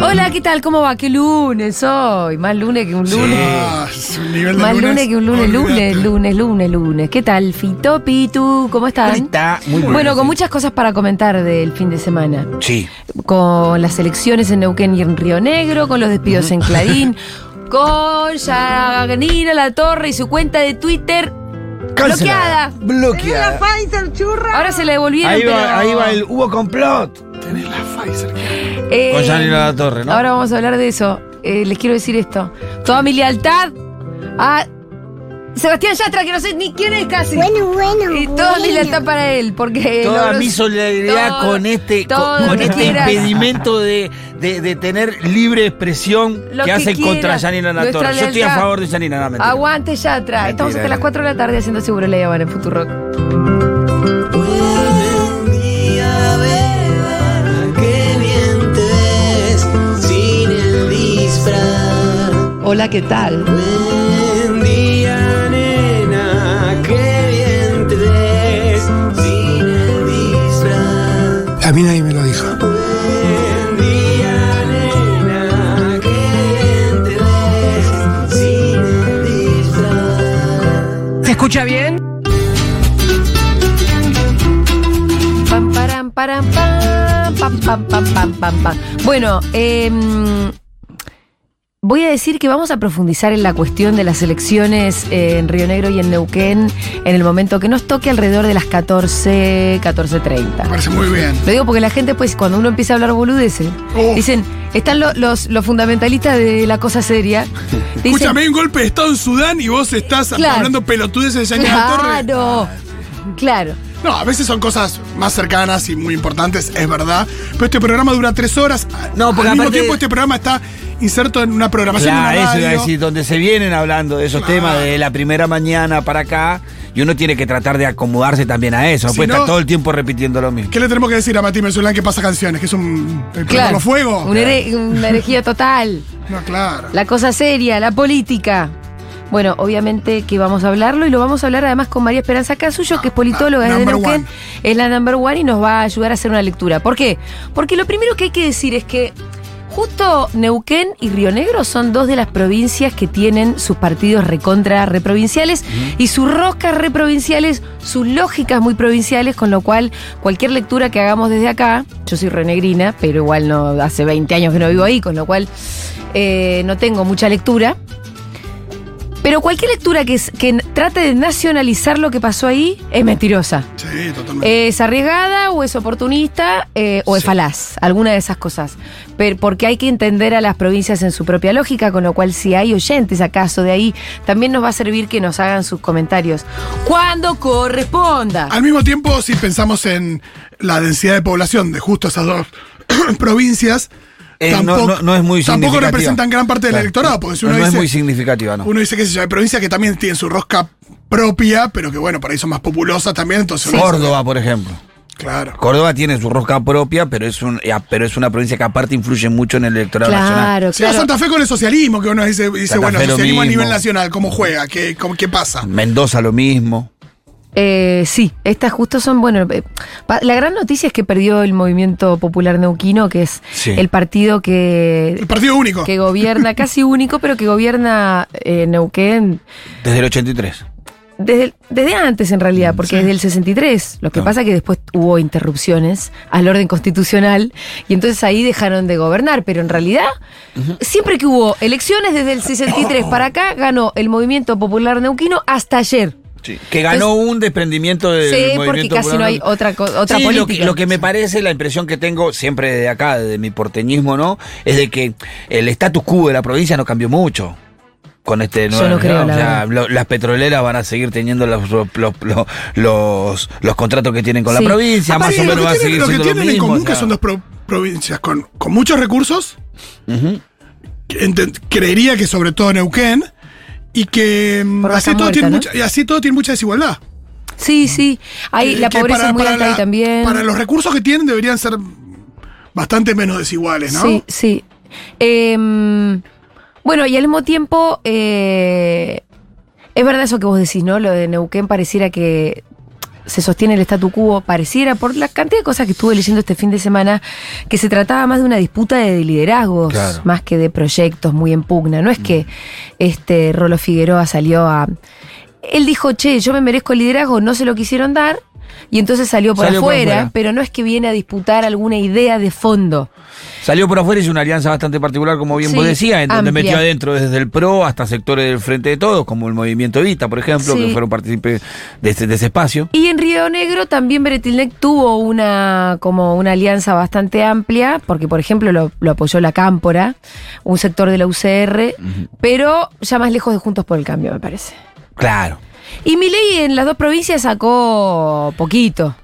Hola, ¿qué tal? ¿Cómo va? ¿Qué lunes hoy? Más lunes que un lunes. Ah, es un nivel de Más lunes, que un lunes, olvídate. lunes, lunes, lunes, lunes. ¿Qué tal, Fito, Pitu? ¿Cómo están? Está muy bueno. Bueno, con muchas cosas para comentar del fin de semana. Sí. Con las elecciones en Neuquén y en Río Negro, con los despidos en Clarín, con Yanina La Torre y su cuenta de Twitter bloqueada. Bloqueada. Ahora se la devolvieron. Ahí pero- va, ahí va el hubo complot. Tenés la Pfizer. Eh, Con Yanina La Torre, ¿no? Ahora vamos a hablar de eso. Eh, les quiero decir esto. Toda mi lealtad a Sebastián Yatra, que no sé ni quién es casi. Bueno, bueno. Y toda mi bueno. lealtad para él, Eh, porque... Toda logró- mi solidaridad todo- con este, con- todo con lo este que quieras. impedimento de, de- de tener libre expresión Lo que, que hacen quieras. contra Yanina La Nuestra Torre. Yo estoy a lealtad. favor de Yanina, no, mentira. Aguante Yatra. Estamos hasta Mentira. las 4 de la tarde haciendo seguro la Habana en Futurock. Día beba, qué bien te ves sin el disfraz. Hola, ¿qué tal? Buen día, nena, qué bien te ves sin el disfraz. A mí nadie me lo dijo. Ah. Buen día, nena, qué bien te ves sin el disfraz. ¿Se escucha bien? Pam, param, param, pam, pam, pam, pam, pam, pam, pam. Bueno, em, voy a decir que vamos a profundizar en la cuestión de las elecciones eh, en Río Negro y en Neuquén en el momento que nos toque alrededor de las 14, 14.30. Me parece muy bien. Lo digo porque la gente, pues, cuando uno empieza a hablar boludeces, Oh. dicen, están lo- los, los fundamentalistas de la cosa seria. dicen, Escúchame, hay un golpe de Estado en Sudán y vos estás Claro. hablando pelotudes de Yanina La Torre. claro, claro. No, a veces son cosas más cercanas y muy importantes, es verdad. Pero este programa dura tres horas. Ah, No, porque Al mismo aparte- tiempo este programa está inserto en una programación de Claro, una eso radio. iba a decir, donde se vienen hablando de esos Claro. temas de la primera mañana para acá, y uno tiene que tratar de acomodarse también a eso, Si pues no- está todo el tiempo repitiendo lo mismo. ¿Qué le tenemos que decir a Mati Mesulán que pasa canciones? ¿Que es un... el claro. los fuego? Una, here- una herejía total. No, claro. La cosa seria, la política. Bueno, obviamente que vamos a hablarlo y lo vamos a hablar además con María Esperanza Casullo, que es politóloga Ah, es de number Neuquén, one. es la number one y nos va a ayudar a hacer una lectura. ¿Por qué? Porque lo primero que hay que decir es que justo Neuquén y Río Negro son dos de las provincias que tienen sus partidos recontra reprovinciales y sus roscas reprovinciales, sus lógicas muy provinciales, con lo cual cualquier lectura que hagamos desde acá, yo soy renegrina, pero igual no hace 20 años que no vivo ahí, con lo cual eh, no tengo mucha lectura. Pero cualquier lectura que, es- que trate de nacionalizar lo que pasó ahí es mentirosa. Sí, totalmente. Es arriesgada o es oportunista eh, o es falaz, alguna de esas cosas. Pero, porque hay que entender a las provincias en su propia lógica, con lo cual si hay oyentes acaso de ahí, también nos va a servir que nos hagan sus comentarios. Cuando corresponda. Al mismo tiempo, si pensamos en la densidad de población de justo esas dos provincias, Eh, no- no- no es muy tampoco significativa. representan gran parte del Claro. electorado, porque si No, uno no dice, es muy significativa, ¿no? uno dice que hay provincias que también tienen su rosca propia, pero que bueno, por ahí son más populosas también, entonces uno dice, Córdoba, por ejemplo. claro. Córdoba tiene su rosca propia, pero es, un, eh, pero es una provincia que aparte influye mucho en el electorado nacional. Claro, Si va a claro. Santa Fe con el socialismo, que uno dice, dice Santa bueno, Fe lo socialismo a mismo. nivel nacional, ¿cómo juega? ¿Qué, cómo- qué pasa? Mendoza lo mismo. Eh, sí, estas justo son, bueno, eh, pa- la gran noticia es que perdió el movimiento popular neuquino, que es Sí. el partido que, El partido único. que gobierna, casi único, pero que gobierna eh, Neuquén Desde el 83. desde, desde antes en realidad, porque desde el 63. Lo que No. pasa que después hubo interrupciones al orden constitucional y entonces ahí dejaron de gobernar, pero en realidad siempre que hubo elecciones desde el 63 para acá, ganó el movimiento popular neuquino hasta ayer. Que ganó un desprendimiento Pues, del Sí, movimiento porque casi popular. no hay otra co- otra Sí, Lo que, política. lo que me parece, la impresión que tengo siempre desde acá, desde mi porteñismo, ¿no? Es de que el status quo de la provincia no cambió mucho. Con este Yo nuevo. no creo, o la sea, verdad. lo- las petroleras van a seguir teniendo los, los, los- los- los contratos que tienen con Sí. la provincia, Aparte, más o lo menos que va a tienen- seguir lo que siendo tienen en mismo, común, o que sea. son dos pro- provincias con, con muchos recursos, Ujú. que enten- creería que sobre todo Neuquén, y que mm, Por así vaca todo, muerta, tiene ¿no? mucha, y así todo tiene mucha desigualdad. Sí, sí. Ahí Eh, la que pobreza es muy alta la- ahí también. Para los recursos que tienen deberían ser bastante menos desiguales, ¿no? Sí, sí. Em, bueno, y al mismo tiempo, eh, es verdad eso que vos decís, ¿no? Lo de Neuquén pareciera que se sostiene el statu quo, pareciera, por la cantidad de cosas que estuve leyendo este fin de semana, que se trataba más de una disputa de liderazgos, Claro. más que de proyectos muy en pugna. No es que este Rolo Figueroa salió a. Él dijo, che, yo me merezco el liderazgo, no se lo quisieron dar, y entonces salió por, Salió por afuera, afuera. pero no es que viene a disputar alguna idea de fondo. Salió por afuera, hizo una alianza bastante particular, como bien Sí, vos decías, en donde amplia. metió adentro desde el PRO hasta sectores del Frente de Todos, como el Movimiento Evita, por ejemplo, Sí. que fueron partícipes de, ese- de ese espacio. Y en Río Negro también Beretilnec tuvo una como una alianza bastante amplia, porque por ejemplo lo, lo apoyó la Cámpora, un sector de la UCR, pero ya más lejos de Juntos por el Cambio, me parece. Claro. Y Milei en las dos provincias sacó poquito.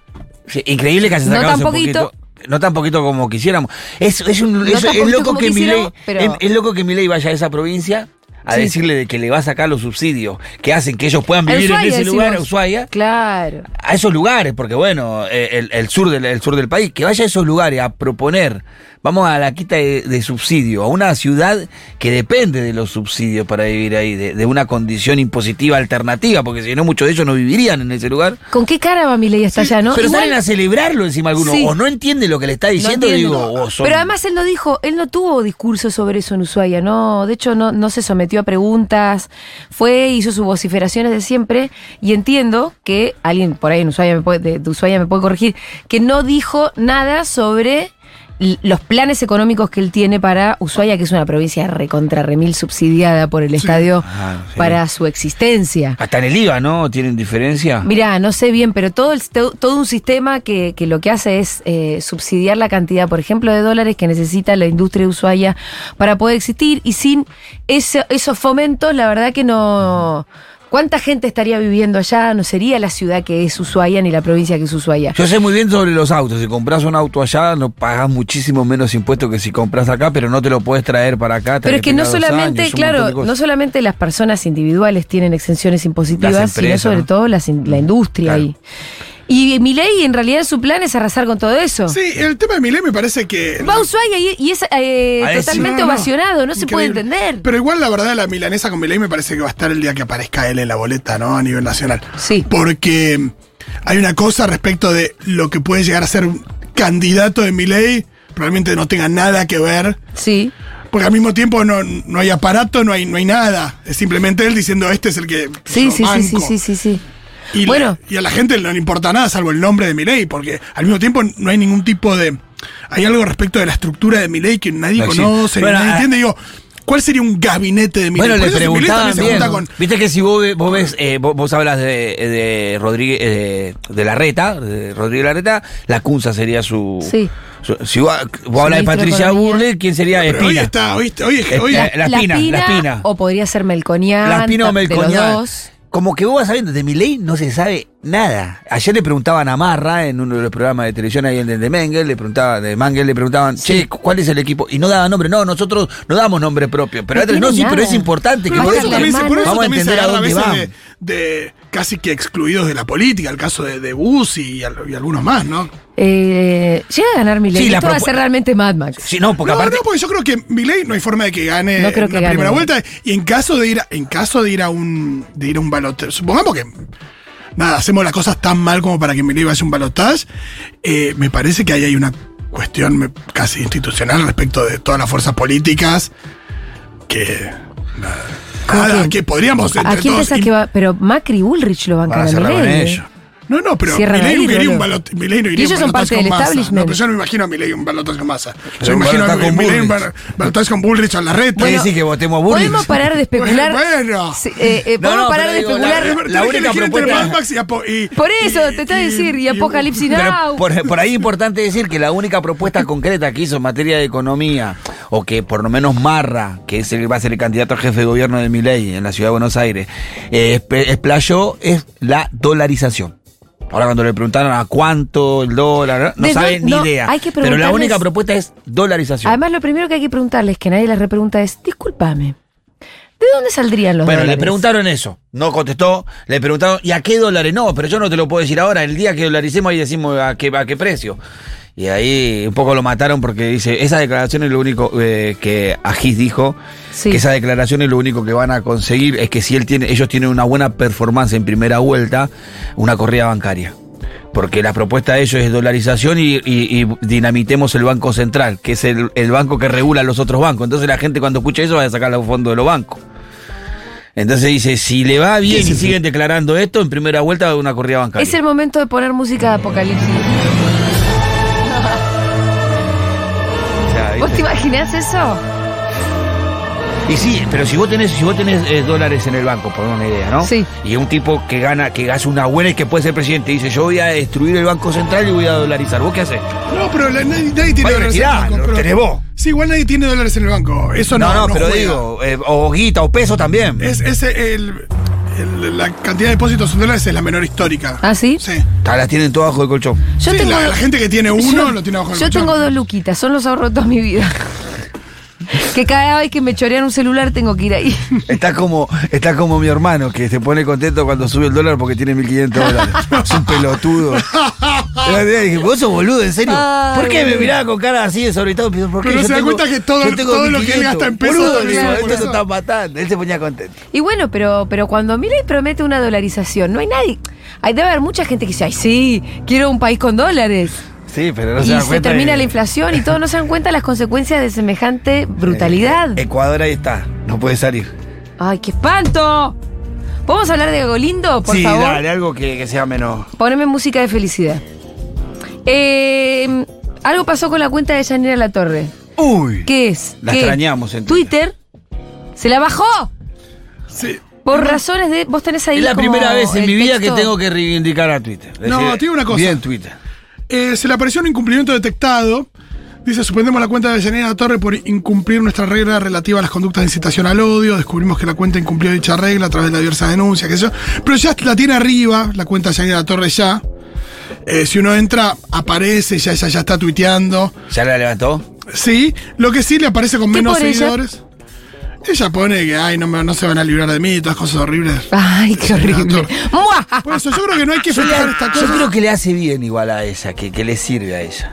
Sí, increíble que haya No sacado tan ese poquito. No tan poquito como quisiéramos. Es, es, un, No es, tan es poquito loco como que quisiéramos, Milei, pero- es, es loco que Milei vaya a esa provincia a Sí. decirle de que le va a sacar los subsidios que hacen que ellos puedan A vivir Ushuaia, en ese decís lugar, vos. a Ushuaia, Claro. a esos lugares, porque bueno, eh, el, el sur del, el sur del país, que vaya a esos lugares a proponer, vamos a la quita de, de subsidio, a una ciudad que depende de los subsidios para vivir ahí, de, de una condición impositiva alternativa, porque si no muchos de ellos no vivirían en ese lugar. ¿Con qué cara va Milei hasta allá, no? Pero Igual- salen a celebrarlo encima algunos, Sí. o no entiende lo que le está No diciendo, entiendo. digo, o son- Pero además él no dijo, él no tuvo discurso sobre eso en Ushuaia, no, de hecho no, no se sometió a preguntas, fue, hizo sus vociferaciones de siempre, y entiendo que alguien por ahí en Ushuaia me puede, de, de Ushuaia me puede corregir, que no dijo nada sobre l- los planes económicos que él tiene para Ushuaia, que es una provincia recontra remil subsidiada por el estadio Ah, sí. para su existencia. Hasta en el IVA, ¿no? ¿Tienen diferencia? Mirá, no sé bien, pero todo, el, todo un sistema que, que lo que hace es eh, subsidiar la cantidad, por ejemplo, de dólares que necesita la industria usuaria para poder existir y sin ese- esos fomentos, la verdad que no... ¿Cuánta gente estaría viviendo allá? No sería la ciudad que es Ushuaia ni la provincia que es Ushuaia. Yo sé muy bien sobre los autos. Si compras un auto allá, no pagás muchísimo menos impuestos que si compras acá, pero no te lo puedes traer para acá. Pero tenés es que no esperar dos solamente, años, un montón de claro, cosas. no solamente las personas individuales tienen exenciones impositivas, Las empresas, sino sobre ¿no? Mm. todo las in- la industria Claro. ahí. Y Milei en realidad su plan es arrasar con todo eso. Sí, el tema de Milei me parece que. Va a Ushuaia y, y es eh, A decir, totalmente no, no. ovacionado, no se puede Increíble. entender. Pero igual la verdad la milanesa con Milei me parece que va a estar el día que aparezca él en la boleta, ¿no? A nivel nacional. Sí. Porque mm, hay una cosa respecto de lo que puede llegar a ser un candidato de Milei, probablemente no tenga nada que ver. Sí, Porque al mismo tiempo no, no hay aparato, no hay, no hay nada. Es simplemente él diciendo este es el que. sí, sí, yo sí, sí, banco". sí, sí, sí. Y, Bueno. la- y a la gente no le importa nada salvo el nombre de Milei, porque al mismo tiempo no hay ningún tipo de. Hay algo respecto de la estructura de Milei que nadie No existe. conoce, ni Bueno, nadie ah, entiende. Digo, ¿cuál sería un gabinete de Milei? Bueno, Por le eso si Milei preguntaban también se bien. junta con- Viste que si vos, ve- vos ves, eh, vos, vos hablas de, de Rodríguez, eh, de Larreta, de Rodríguez Larreta, la Cunza sería su. Sí. su- si vos, vos hablas Ministro de de Patricia Economía. Burle, ¿quién sería? Pero hoy Espina. está, hoy, hoy, hoy- La- Eh, la espina, la espina. O podría ser Melconian. Las Pino ta- de Melconian. los dos. Como que vos vas sabiendo, de Milei no se sabe nada. Ayer le preguntaban a Marra en uno de los programas de televisión ahí en el de Mengel, le preguntaban, de Mangel le preguntaban, che, ¿cuál es el equipo? Y no daban nombre, no, nosotros no damos nombre propio. Pero No Andrés, no, tienen sí, pero nada. es importante que Pero por Baja eso la también, se- por hermana. eso vamos a también se entender a agarra a dónde veces van. de, de casi que excluidos de la política, el caso de, de Bussi y, al- y algunos más, ¿no? Eh, llega a ganar Milei. Sí, la Esto va a propu- ser realmente Mad Max. Sí, no, porque no, aparte. no, porque yo creo que Milei no hay forma de que gane No creo que la gane. primera vuelta. Y en caso de ir a, en caso de ir a un de ir a un balotaje, supongamos que nada, hacemos las cosas tan mal como para que Milei vaya a un balotaje, eh, me parece que ahí hay una cuestión me- casi institucional respecto de todas las fuerzas políticas que nada, ¿Cómo nada, quién? que podríamos ¿A entre quién todos pensás im- que va? Pero Macri y Bullrich lo bancan Van a a cerrar con Milei. ellos. no, no, pero Cierran Milei ahí, no iría a un boludo. balot- Milei no iría Y a un ellos son balotaje parte del con Massa. establishment. No, pero yo no me imagino a Milei un balotaje con masa. Yo Un me imagino a balotaje con Milei un Bullrich. bal- balotaje con Bullrich a la reta. Quiere decir que votemos a Bullrich. Podemos parar de especular. Bueno. Sí, eh, eh, No, podemos no, parar pero de digo, la- especular. la, la única única propuesta- Mad Max y, Apo- y- Por eso, y- te está a y- decir, y y- Apocalipsis Pero- Now. Pero por, por ahí es importante decir que la única propuesta concreta que hizo en materia de economía, o que por lo menos Marra, que es el, va a ser el candidato a jefe de gobierno de Miley en la ciudad de Buenos Aires, eh, espe- explayó, es la dolarización. Ahora cuando le preguntaron a cuánto el dólar, no De saben dol- ni no, idea. hay que Pero la preguntarles- única propuesta es dolarización. Además, lo primero que hay que preguntarles, que nadie les repregunta, es: discúlpame, ¿de dónde saldrían los bueno, le dólares? preguntaron eso, no contestó, le preguntaron, ¿y a qué dólares? No, pero yo no te lo puedo decir ahora, el día que dolaricemos ahí decimos a qué, a qué precio. Y ahí un poco lo mataron porque dice, esa declaración es lo único eh, que Agis dijo, Sí. que esa declaración es lo único que van a conseguir, es que si él tiene, ellos tienen una buena performance en primera vuelta, una corrida bancaria. Porque la propuesta de ellos es dolarización y, y- y dinamitemos el Banco Central, que es el, el banco que regula los otros bancos. Entonces la gente cuando escucha eso va a sacar los fondos de los bancos. Entonces dice, si le va bien y Sí, sí, sí. siguen declarando esto, en primera vuelta va a haber una corrida bancaria. Es el momento de poner música de apocalipsis. O sea, ¿viste? ¿Vos te imaginás eso? Y sí, pero si vos tenés, si vos tenés eh, dólares en el banco, por una idea, ¿no? Sí. Y un tipo que gana, que hace una buena y que puede ser presidente, dice yo voy a destruir el Banco Central y voy a dolarizar. ¿Vos qué haces? No, pero la- nadie, nadie tiene Vaya, dólares retirá, en el banco. lo pero- tenés vos. Sí, igual nadie tiene dólares en el banco. Eso no no, no, pero juega. digo, eh, o guita o peso también. Es, es eh, el, el- la cantidad de depósitos en dólares es la menor histórica. ¿Ah, sí? Sí. Ta, las tienen todo bajo el colchón. Yo Sí, tengo. la, la gente que tiene uno yo, lo tiene bajo el yo colchón. tengo dos luquitas, son los ahorros de toda mi vida. que cada vez que me chorean un celular tengo que ir ahí. Está como, está como mi hermano, que se pone contento cuando sube el dólar porque tiene 1.500 dólares. es un pelotudo. El otro día dije, vos sos boludo, en serio. Ay, ¿Por qué me miraba con cara así de sobretado? ¿Por qué? Pero se da cuenta que todo- yo tengo todo lo que él 1.500. gasta en pesos, Boludo, lo le digo, gasta en esto se pesos. está matando. Él se ponía contento. Y bueno, pero, pero cuando Milei promete una dolarización, no hay nadie. Hay, debe haber mucha gente que dice, ay, sí, quiero un país con dólares. Sí, pero no se y dan se cuenta termina de- la inflación y todos no se dan cuenta las consecuencias de semejante brutalidad. Eh, Ecuador ahí está, no puede salir. ¡Ay, qué espanto! ¿Podemos hablar de algo lindo, por sí, favor? dale, algo que, que sea menos. Poneme música de felicidad. Eh, algo pasó con la cuenta de Yanira La Torre. Uy. ¿Qué es? La que extrañamos en Twitter. se la bajó Sí. por razones de. Vos tenés ahí. Es la como primera vez en el mi vida que texto. tengo que reivindicar a Twitter. Es No, te digo una cosa. Bien, Twitter. Eh, se le apareció un incumplimiento detectado. Dice, suspendemos la cuenta de Yanina Torre por incumplir nuestra regla relativa a las conductas de incitación al odio. Descubrimos que la cuenta incumplió dicha regla a través de diversas denuncias, qué sé yo. Pero ya la tiene arriba, la cuenta de Yanina Torre ya. Eh, si uno entra, aparece, ya, ya, ya está tuiteando. ¿Ya la levantó? Sí, lo que sí le aparece con ¿Qué menos por ella? seguidores. Ella pone que, ay, no, me- no se van a librar de mí, todas cosas horribles. Ay, qué horrible. ¡Mua! Por eso yo creo que no hay que fijar esta Yo cosa. creo que le hace bien igual a ella, que, que le sirve a ella.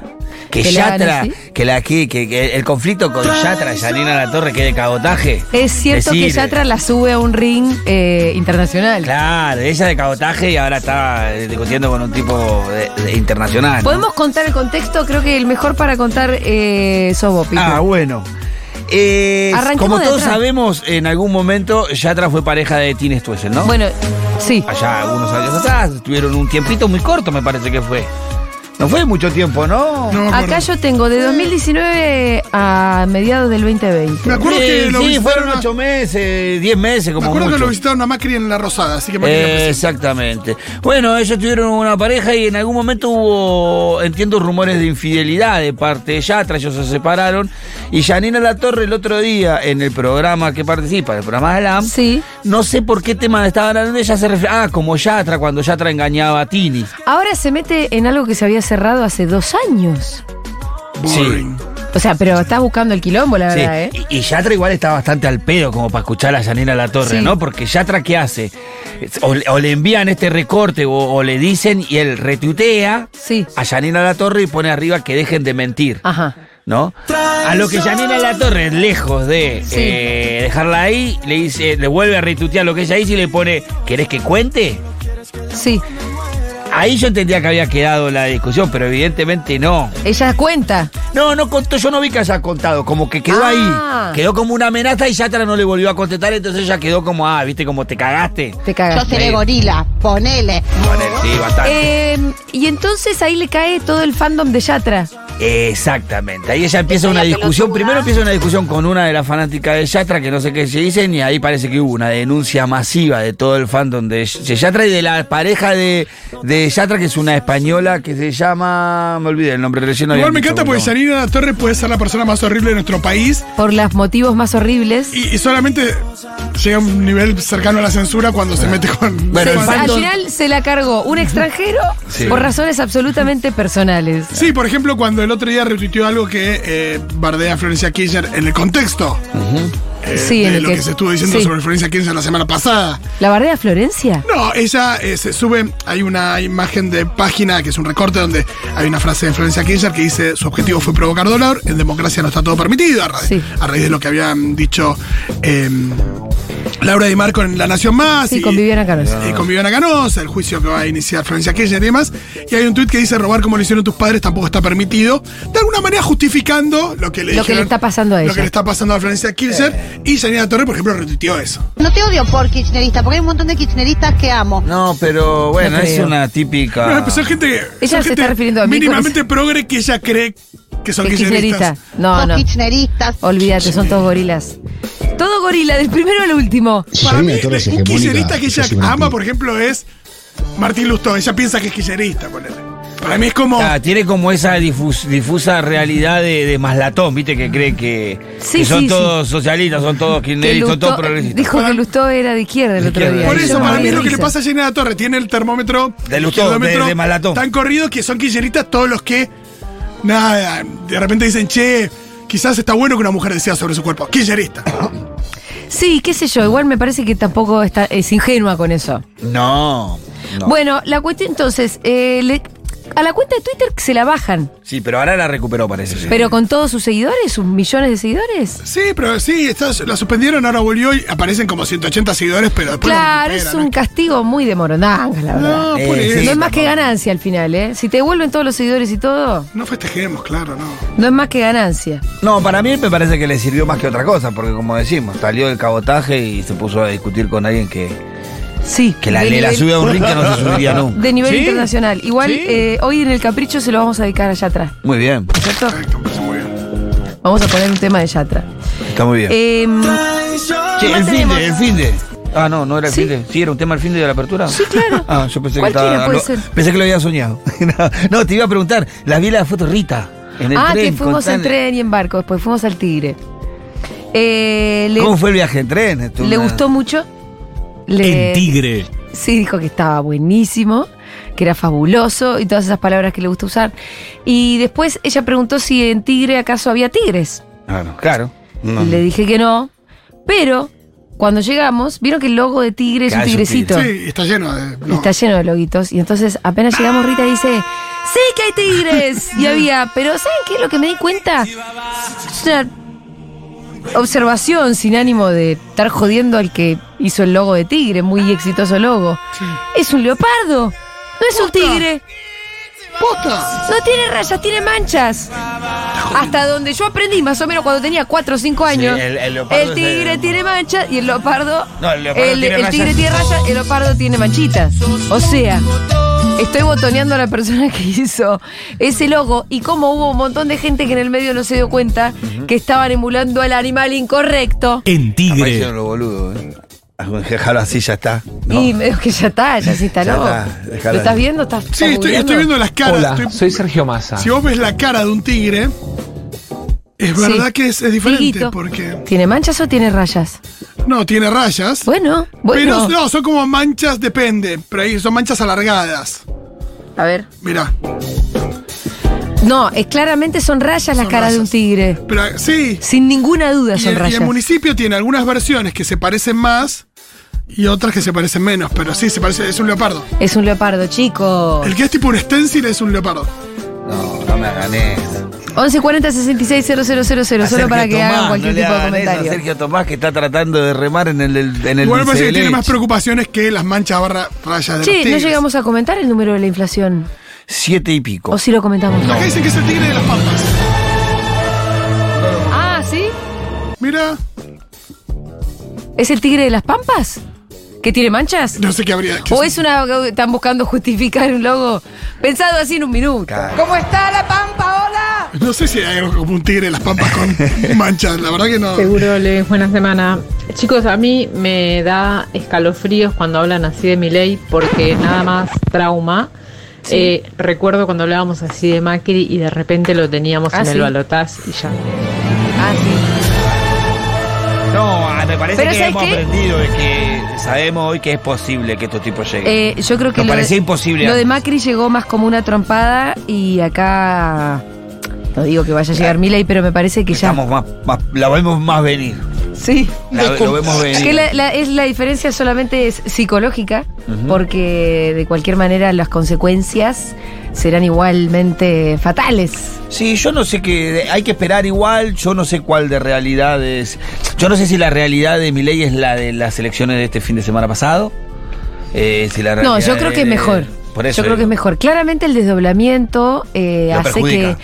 Que, ¿Que la Yatra, gane, que la que, que, que el conflicto con Yatra, Yanina La Torre, que de cabotaje. Es cierto le que sirve. Yatra la sube a un ring eh, internacional. Claro, ella de cabotaje y ahora está eh, discutiendo con un tipo de- de internacional. ¿no? Ah, ¿Podemos contar el contexto? Creo que el mejor para contar eh, sos vos, Pitu. Ah, bueno. Eh, Arranquemos como de todos atrás. sabemos, en algún momento Yatra fue pareja de Tini Stuessel, ¿no? Bueno, sí. Allá algunos años atrás, estuvieron un tiempito muy corto, me parece que fue. No fue mucho tiempo, ¿no? No me acuerdo. Acá yo tengo de 2019 a mediados del 2020. Me acuerdo Sí, que lo sí, visitaron fueron a- ocho meses, diez meses, Me como acuerdo mucho. que lo visitaron a Macri en La Rosada, así que Macri era Eh, presidente. exactamente. Bueno, ellos tuvieron una pareja y en algún momento hubo, entiendo, rumores de infidelidad de parte de Yatra, ellos se separaron. Y Janina La Torre el otro día, en el programa que participa, en el programa de LAM, Sí. no sé por qué tema estaba hablando, ella se refiere, ah, como Yatra, cuando Yatra engañaba a Tini. Ahora se mete en algo que se había cerrado hace dos años. Boring. O sea, pero estás buscando el quilombo, la Sí, verdad, ¿eh? Y, y Yatra igual está bastante al pedo como para escuchar a Yanina La Torre, Sí. ¿no? Porque Yatra, ¿qué hace? Es- O, le- o le envían este recorte o, o le dicen y él retuitea Sí. a Yanina La Torre y pone arriba que dejen de mentir, Ajá. ¿no? A lo que Yanina La Torre, lejos de Sí. eh, dejarla ahí, le dice, le vuelve a retuitear lo que ella dice y le pone, ¿querés que cuente? Sí. Ahí yo entendía que había quedado la discusión, pero evidentemente no. Ella cuenta. No, no contó, yo no vi que haya contado, como que quedó Ah. ahí. Quedó como una amenaza y Yatra no le volvió a contestar, entonces ella quedó como, ah, viste, como te cagaste. Te Yo cagas. seré Sí. gorila, ponele. Con el- sí, bastante. Eh, y entonces ahí le cae todo el fandom de Yatra. Eh, Exactamente. Ahí ella empieza una discusión. Primero empieza una discusión con una de las fanáticas de Yatra, que no sé qué se dicen, y ahí parece que hubo una denuncia masiva de todo el fandom de de Yatra y de la pareja de, de Yatra, que es una española que se llama. Me olvidé el nombre recién. lo Igual habían me dicho, encanta porque bueno. Yanina La Torre puede ser la persona más horrible de nuestro país Por los motivos más horribles. y, y solamente llega a un nivel cercano a la censura cuando se mete con. Bueno, Se- el con- al fandom- final se la cargó un extranjero Sí. por razones absolutamente personales. Sí, por ejemplo, cuando el otro día retuiteó algo que eh, bardea a Florencia Kirchner en el contexto eh, Sí, en de el lo que- que, se estuvo diciendo sí. sobre Florencia Kirchner la semana pasada. ¿La bardea Florencia? No, ella eh, se sube, hay una imagen de página que es un recorte donde hay una frase de Florencia Kirchner que dice su objetivo fue provocar dolor, en democracia no está todo permitido, a, ra- Sí. a raíz de lo que habían dicho eh, Laura Di Marco en La Nación Más. Sí, con Viviana Canosa. eh, con Viviana Canosa, el juicio que va a iniciar Florencia Kirchner y demás. Y hay un tuit que dice robar como lo hicieron tus padres tampoco está permitido. De alguna manera justificando lo que le Lo que dijeron- le está pasando a Lo ella. Eh. que le está pasando a Florencia Kirchner. Y Janina Torre, por ejemplo, retuiteó eso. No te odio por kirchnerista, porque hay un montón de kirchneristas que amo. No, pero bueno, No es creo. una típica. No, pero son gente. Ella se está refiriendo a mí con Mínimamente progre que ella cree que son Es kirchnerista. kirchneristas. No, Sos no. kirchneristas. Olvídate, son todos gorilas. Todo gorila, del primero al último. Para mí, Yanina Torres un hegemónica, kirchnerista que ella es una ama, anti- por ejemplo, es Martín Lustó. Ella piensa que es kirchnerista, ponele. Para mí es Oh. como. Ah, tiene como esa difus- difusa realidad de, de Maslatón, ¿viste? Que cree que, Sí, que son sí, todos socialistas, son todos Que kirchneristas, son todos Lustó- progresistas. dijo que Lustó era de izquierda el De otro izquierda. día. Por Yo eso, me para morí mí de lo que le risa. pasa a Yanina Torre, tiene el termómetro De Lustó, kilómetro de- de Malatón. tan corrido que son kirchneristas todos los que, nada, de repente dicen, che, quizás está bueno que una mujer decida sobre su cuerpo. Kirchnerista. Sí, qué sé yo, igual me parece que tampoco está, es ingenua con eso. No, no. Bueno, la cuestión entonces, eh, le- a la cuenta de Twitter se la bajan, Sí, pero ahora la recuperó, parece. sí. pero con todos sus seguidores, sus millones de seguidores. Sí, pero sí, está- la suspendieron, ahora volvió y aparecen como 180 seguidores, pero después. Claro, la es recuperan, un castigo muy de moronangas, la verdad. No, No, No, por Eh, eso. sí, es más que ganancia al final, ¿eh? Si te vuelven todos los seguidores y todo, No festejemos, claro, no. no es más que ganancia. No, para mí me parece que le sirvió más que otra cosa, porque como decimos, salió del cabotaje y se puso a discutir con alguien que, Sí. que la, de le la nivel- sube a un ring que no se subiría nunca. De nivel Sí, internacional. Igual sí. eh, hoy en el capricho se lo vamos a dedicar a Yatra, Muy bien, ¿no es cierto? Perfecto, me parece pues, muy bien. Vamos a poner un tema de Yatra. está muy bien. Em, Che, ¿qué el más fin tenemos? de, el fin de. Ah, no, no era el Sí. fin de. Sí, era un tema el fin de, de la apertura. Sí, claro. Ah, yo pensé que Cualquiera estaba. puede no, ser. Pensé que lo había soñado. no, te iba a preguntar. La vi la foto de Rita. En el ah, tren, que fuimos con en tan- tren y en barco, después fuimos al Tigre. Eh, le, ¿Cómo fue el viaje en tren? Estuvo le una- gustó mucho. Le, El tigre. Sí, dijo que estaba buenísimo, que era fabuloso y todas esas palabras que le gusta usar. Y después ella preguntó si en Tigre acaso había tigres. Claro, claro. Ah, No. Y le dije que no, pero cuando llegamos, vieron que el logo de Tigre es Que un hay un tigre. tigrecito. Sí, está lleno de. Y no. Está lleno de loguitos. Y entonces apenas llegamos, Rita dice, sí que hay tigres. Y había, pero ¿saben qué es lo que me di cuenta? Es una observación sin ánimo de estar jodiendo al que hizo el logo de tigre, muy exitoso logo. Es un leopardo, no es un tigre. ¡Posta! No tiene rayas, tiene manchas. Hasta donde yo aprendí, más o menos cuando tenía 4 o 5 años. el- el leopardo es tigre el- tiene manchas y el leopardo. No, el leopardo tiene el tigre rayas. tiene rayas, el leopardo tiene manchitas. O sea, estoy botoneando a la persona que hizo ese logo y como hubo un montón de gente que en el medio no se dio cuenta que estaban emulando al animal incorrecto. En Aparecieron tigre. los boludos. ¿eh? Ah, bueno, Déjalo así, ya está. No. Y me dijo que ya está, ya sí está Ya loco. está, ¿Lo dejala. estás viendo? ¿Estás, Sí, estás estoy, estoy googleando? viendo las caras. estoy- Sergio Massa. Si vos ves la cara de un tigre, es Sí. verdad que es, es diferente Tiguito. porque. ¿Tiene manchas o tiene rayas? No, tiene rayas. Bueno, bueno. Pero no, son como manchas, depende. Pero ahí son manchas alargadas. A ver. Mirá. No, es, claramente son rayas las Son caras de un rayas. tigre. Pero sí. Sin ninguna duda Y son el, y el rayas. municipio tiene algunas versiones que se parecen más y otras que se parecen menos. Pero sí, se parece, es un leopardo. Es un leopardo, chico. El que es tipo un stencil es un leopardo. No, no me hagan eso. 1140 66 000, A solo Sergio para que Tomás, hagan cualquier no le tipo de hagan eso a comentario. Sergio Tomás que está tratando de remar en el. En el Igual me parece dulce que de tiene más leche. preocupaciones que las manchas barra rayas de los Che, no tigres. llegamos a comentar el número de la inflación. Siete y pico. ¿O si lo comentamos? Acá dicen que es el tigre de las pampas. Ah, ¿sí? Mira, ¿Es el tigre de las pampas? ¿Que tiene manchas? no sé qué habría. que- ¿O es una... están buscando justificar un logo? Pensado así en un minuto. Claro. No sé si hay algo como un tigre de las pampas con manchas. La verdad que no. Seguro, les buena semana. Chicos, a mí me da escalofríos cuando hablan así de Milei porque nada más trauma. Eh, recuerdo cuando hablábamos así de Macri y de repente lo teníamos Ah, en sí. el balotaz y ya. Ah, sí. No, ah, me parece Pero que ¿sabes hemos qué? aprendido de que sabemos hoy que es posible que estos tipos lleguen. Eh, yo creo que Nos lo parecía de- imposible Lo de antes. Macri llegó más como una trompada y acá. No digo que vaya a llegar Milei, pero me parece que ya. Estamos más, más- la vemos más venir. Sí. La- lo vemos venir. Que la, la- es, la diferencia solamente es psicológica, porque de cualquier manera las consecuencias serán igualmente fatales. Sí, yo no sé qué. Hay que esperar igual. Yo no sé cuál de realidad es. Yo no sé si la realidad de Milei es la de las elecciones de este fin de semana pasado. eh, si la No, realidad yo creo que de- es mejor. Por eso. yo creo que es digo. mejor. Claramente el desdoblamiento eh, Lo hace perjudica. que.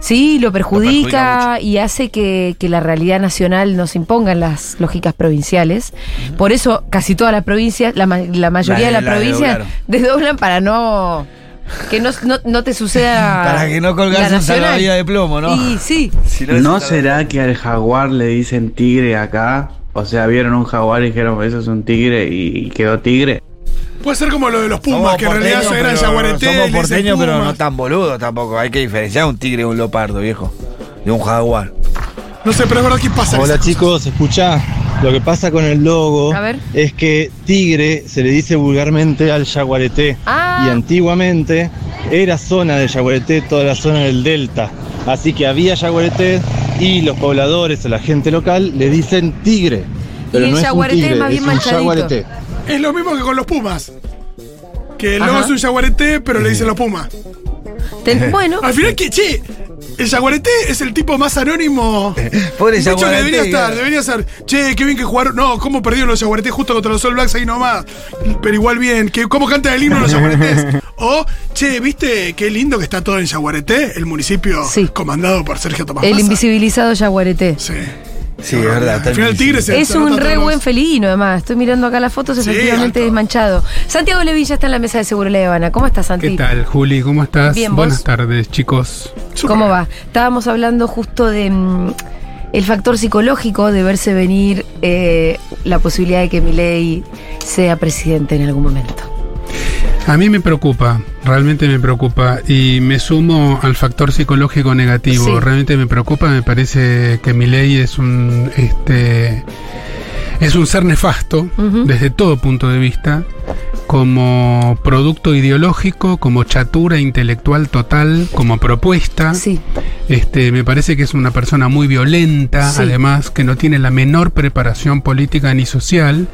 Sí, lo perjudica, perjudica mucho. y hace que, que la realidad nacional nos imponga en las lógicas provinciales. Por eso casi todas las provincias, la, ma- la mayoría La- de la las provincias desdoblaron. desdoblan para no. que no, no- no te suceda. Para que no colgase la un nacional. salvavidas de plomo, ¿no? Y sí. Si no, ¿No es- será que al jaguar le dicen tigre acá? O sea, vieron un jaguar y dijeron, eso es un tigre y y quedó tigre. Puede ser como lo de los Pumas, somos que en realidad porteños, eran pero- jaguaretes. Somos porteños, pero no tan boludos tampoco. Hay que diferenciar un tigre de un leopardo, viejo. De un jaguar. No sé, pero es verdad que pasa. Hola esas chicos, escuchá, lo que pasa con el logo A ver. es que tigre se le dice vulgarmente al yaguareté Ah. y antiguamente era zona de yaguareté toda la zona del delta, así que había yaguareté y los pobladores o la gente local le dicen tigre, pero el no es un yaguareté tigre, más bien es un manchadito. yaguareté. cosas. Es lo mismo que con los Pumas. Que el logo Ajá. es un jaguarete, pero le dicen los Pumas. Ten- bueno, Al final, que che, el jaguarete es el tipo más anónimo. Pobre De hecho, que jaguarete, debería estar, claro. debería ser. Che, qué bien que jugaron. No, cómo perdieron los jaguaretes justo contra los All Blacks ahí nomás. Pero igual bien. Que, ¿Cómo canta el himno los jaguaretes? O, che, viste qué lindo que está todo en jaguareté, el municipio Sí. comandado por Sergio Tomás. el Massa. invisibilizado yaguareté. Sí. Sí, es verdad. está Al final, el difícil. Tigre se Es se un nota re todos. buen felino, además. Estoy mirando acá las fotos, Sí, efectivamente alto. desmanchado. Santiago Levilla está en la mesa de Seguridad de Habana. ¿Cómo estás, Santi? ¿Qué tal, Juli? ¿Cómo estás? Bien, Buenas ¿vos? tardes, chicos. Súper. ¿Cómo va? Estábamos hablando justo de mm, el factor psicológico de verse venir eh, la posibilidad de que Milei sea presidente en algún momento. A mí me preocupa, realmente me preocupa, y me sumo al factor psicológico negativo. Sí. Realmente me preocupa, me parece que mi ley es un, este, es un ser nefasto Ujú. desde todo punto de vista, como producto ideológico, como chatura intelectual total, como propuesta. Sí, Este, me parece que es una persona muy violenta, Sí. además que no tiene la menor preparación política ni social,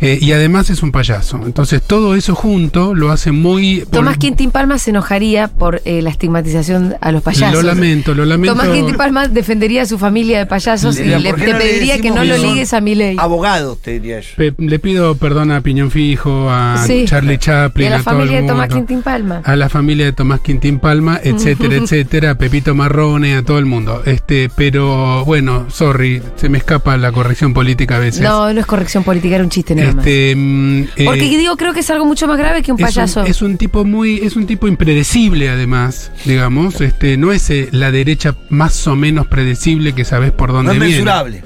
eh, y además es un payaso. Entonces todo eso junto lo hace muy... Tomás pol- Quintín Palma se enojaría por eh, la estigmatización a los payasos. Lo lamento, lo lamento. Tomás Quintín Palma defendería a su familia de payasos y Diría, le, ¿por qué te no le pediría que decimos no Ah, lo que son ligues a Milei. Abogados, te diría yo. Pe- le pido perdón a Piñón Fijo, a Sí. Charlie Y a Chaplin, la a, todo el familia de Tomás mundo. Quintín Palma. a la familia de Tomás Quintín Palma, etcétera, etcétera, a Pepito Marrone, a todo el mundo. Este, pero bueno, sorry, se me escapa la corrección política a veces. No, no es corrección política, era un chiste nada más. Este, mm, eh, Porque digo, creo que es algo mucho más grave que un es payaso. un, es un tipo muy, es un tipo impredecible además, digamos. Este, no es eh, la derecha más o menos predecible que sabes por No dónde es viene. mensurable.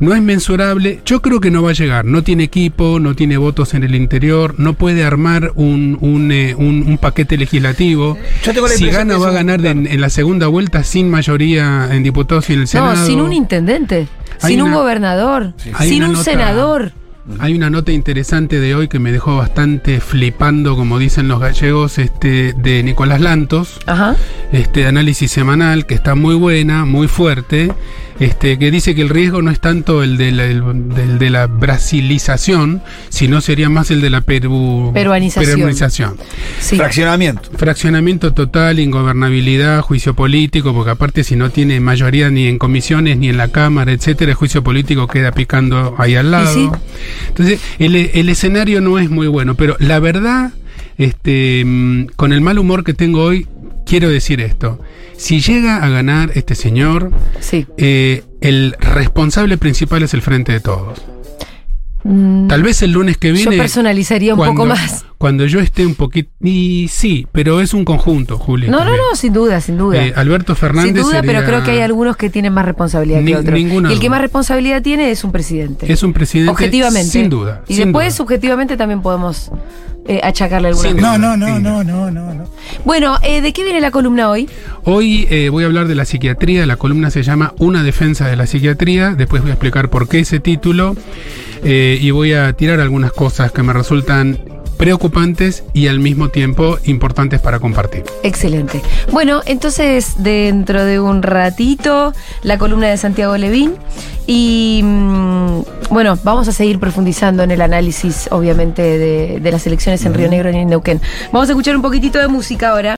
No es mensurable. Yo creo que no va a llegar. No tiene equipo, no tiene votos en el interior, no puede armar un, un, eh, un- un paquete legislativo. Yo tengo la si impresión gana que es va a un- ganar en, en la segunda vuelta sin mayoría en diputados y en el no, Senado. sin un intendente, Hay sin un una- gobernador, Hay sin una un nota- senador. Hay una nota interesante de hoy que me dejó bastante flipando, como dicen los gallegos, este, de Nicolás Lantos, Ajá. este, de análisis semanal, que está muy buena, muy fuerte, este, que dice que el riesgo no es tanto el de la, el- del de la brasilización, sino sería más el de la peru- Peruanización. peruanización. Sí. Fraccionamiento. Fraccionamiento total, ingobernabilidad, juicio político, porque aparte si no tiene mayoría ni en comisiones, ni en la Cámara, etcétera, el juicio político queda picando ahí al lado. sí. Entonces, el, el escenario no es muy bueno, pero la verdad, este, mm, con el mal humor que tengo hoy, quiero decir esto. Si llega a ganar este señor, sí. eh, el responsable principal es el frente de todos. Mm, Tal vez el lunes que yo viene personalizaría un poco más. cuando yo esté un poquito. Y sí, pero es un conjunto, Julio. No, no, no, sin duda, sin duda. Eh, Alberto Fernández. sin duda, pero sería- creo que hay algunos que tienen más responsabilidad Ni- que otros. ninguna y el que duda. más responsabilidad tiene es un presidente. Es un presidente. Objetivamente. Sin duda. Y sin después, duda. subjetivamente, también podemos eh, achacarle alguna Sin cosa. duda. No, no, no, no, no, no. no. Bueno, eh, ¿de qué viene la columna hoy? Hoy eh, voy a hablar de la psiquiatría, la columna se llama Una defensa de la psiquiatría, después voy a explicar por qué ese título eh, y voy a tirar algunas cosas que me resultan preocupantes y al mismo tiempo importantes para compartir. Excelente. Bueno, entonces dentro de un ratito la columna de Santiago Levín y mm, bueno, vamos a seguir profundizando en el análisis obviamente de, de las elecciones en Río Negro y en Neuquén. Vamos a escuchar un poquitito de música ahora.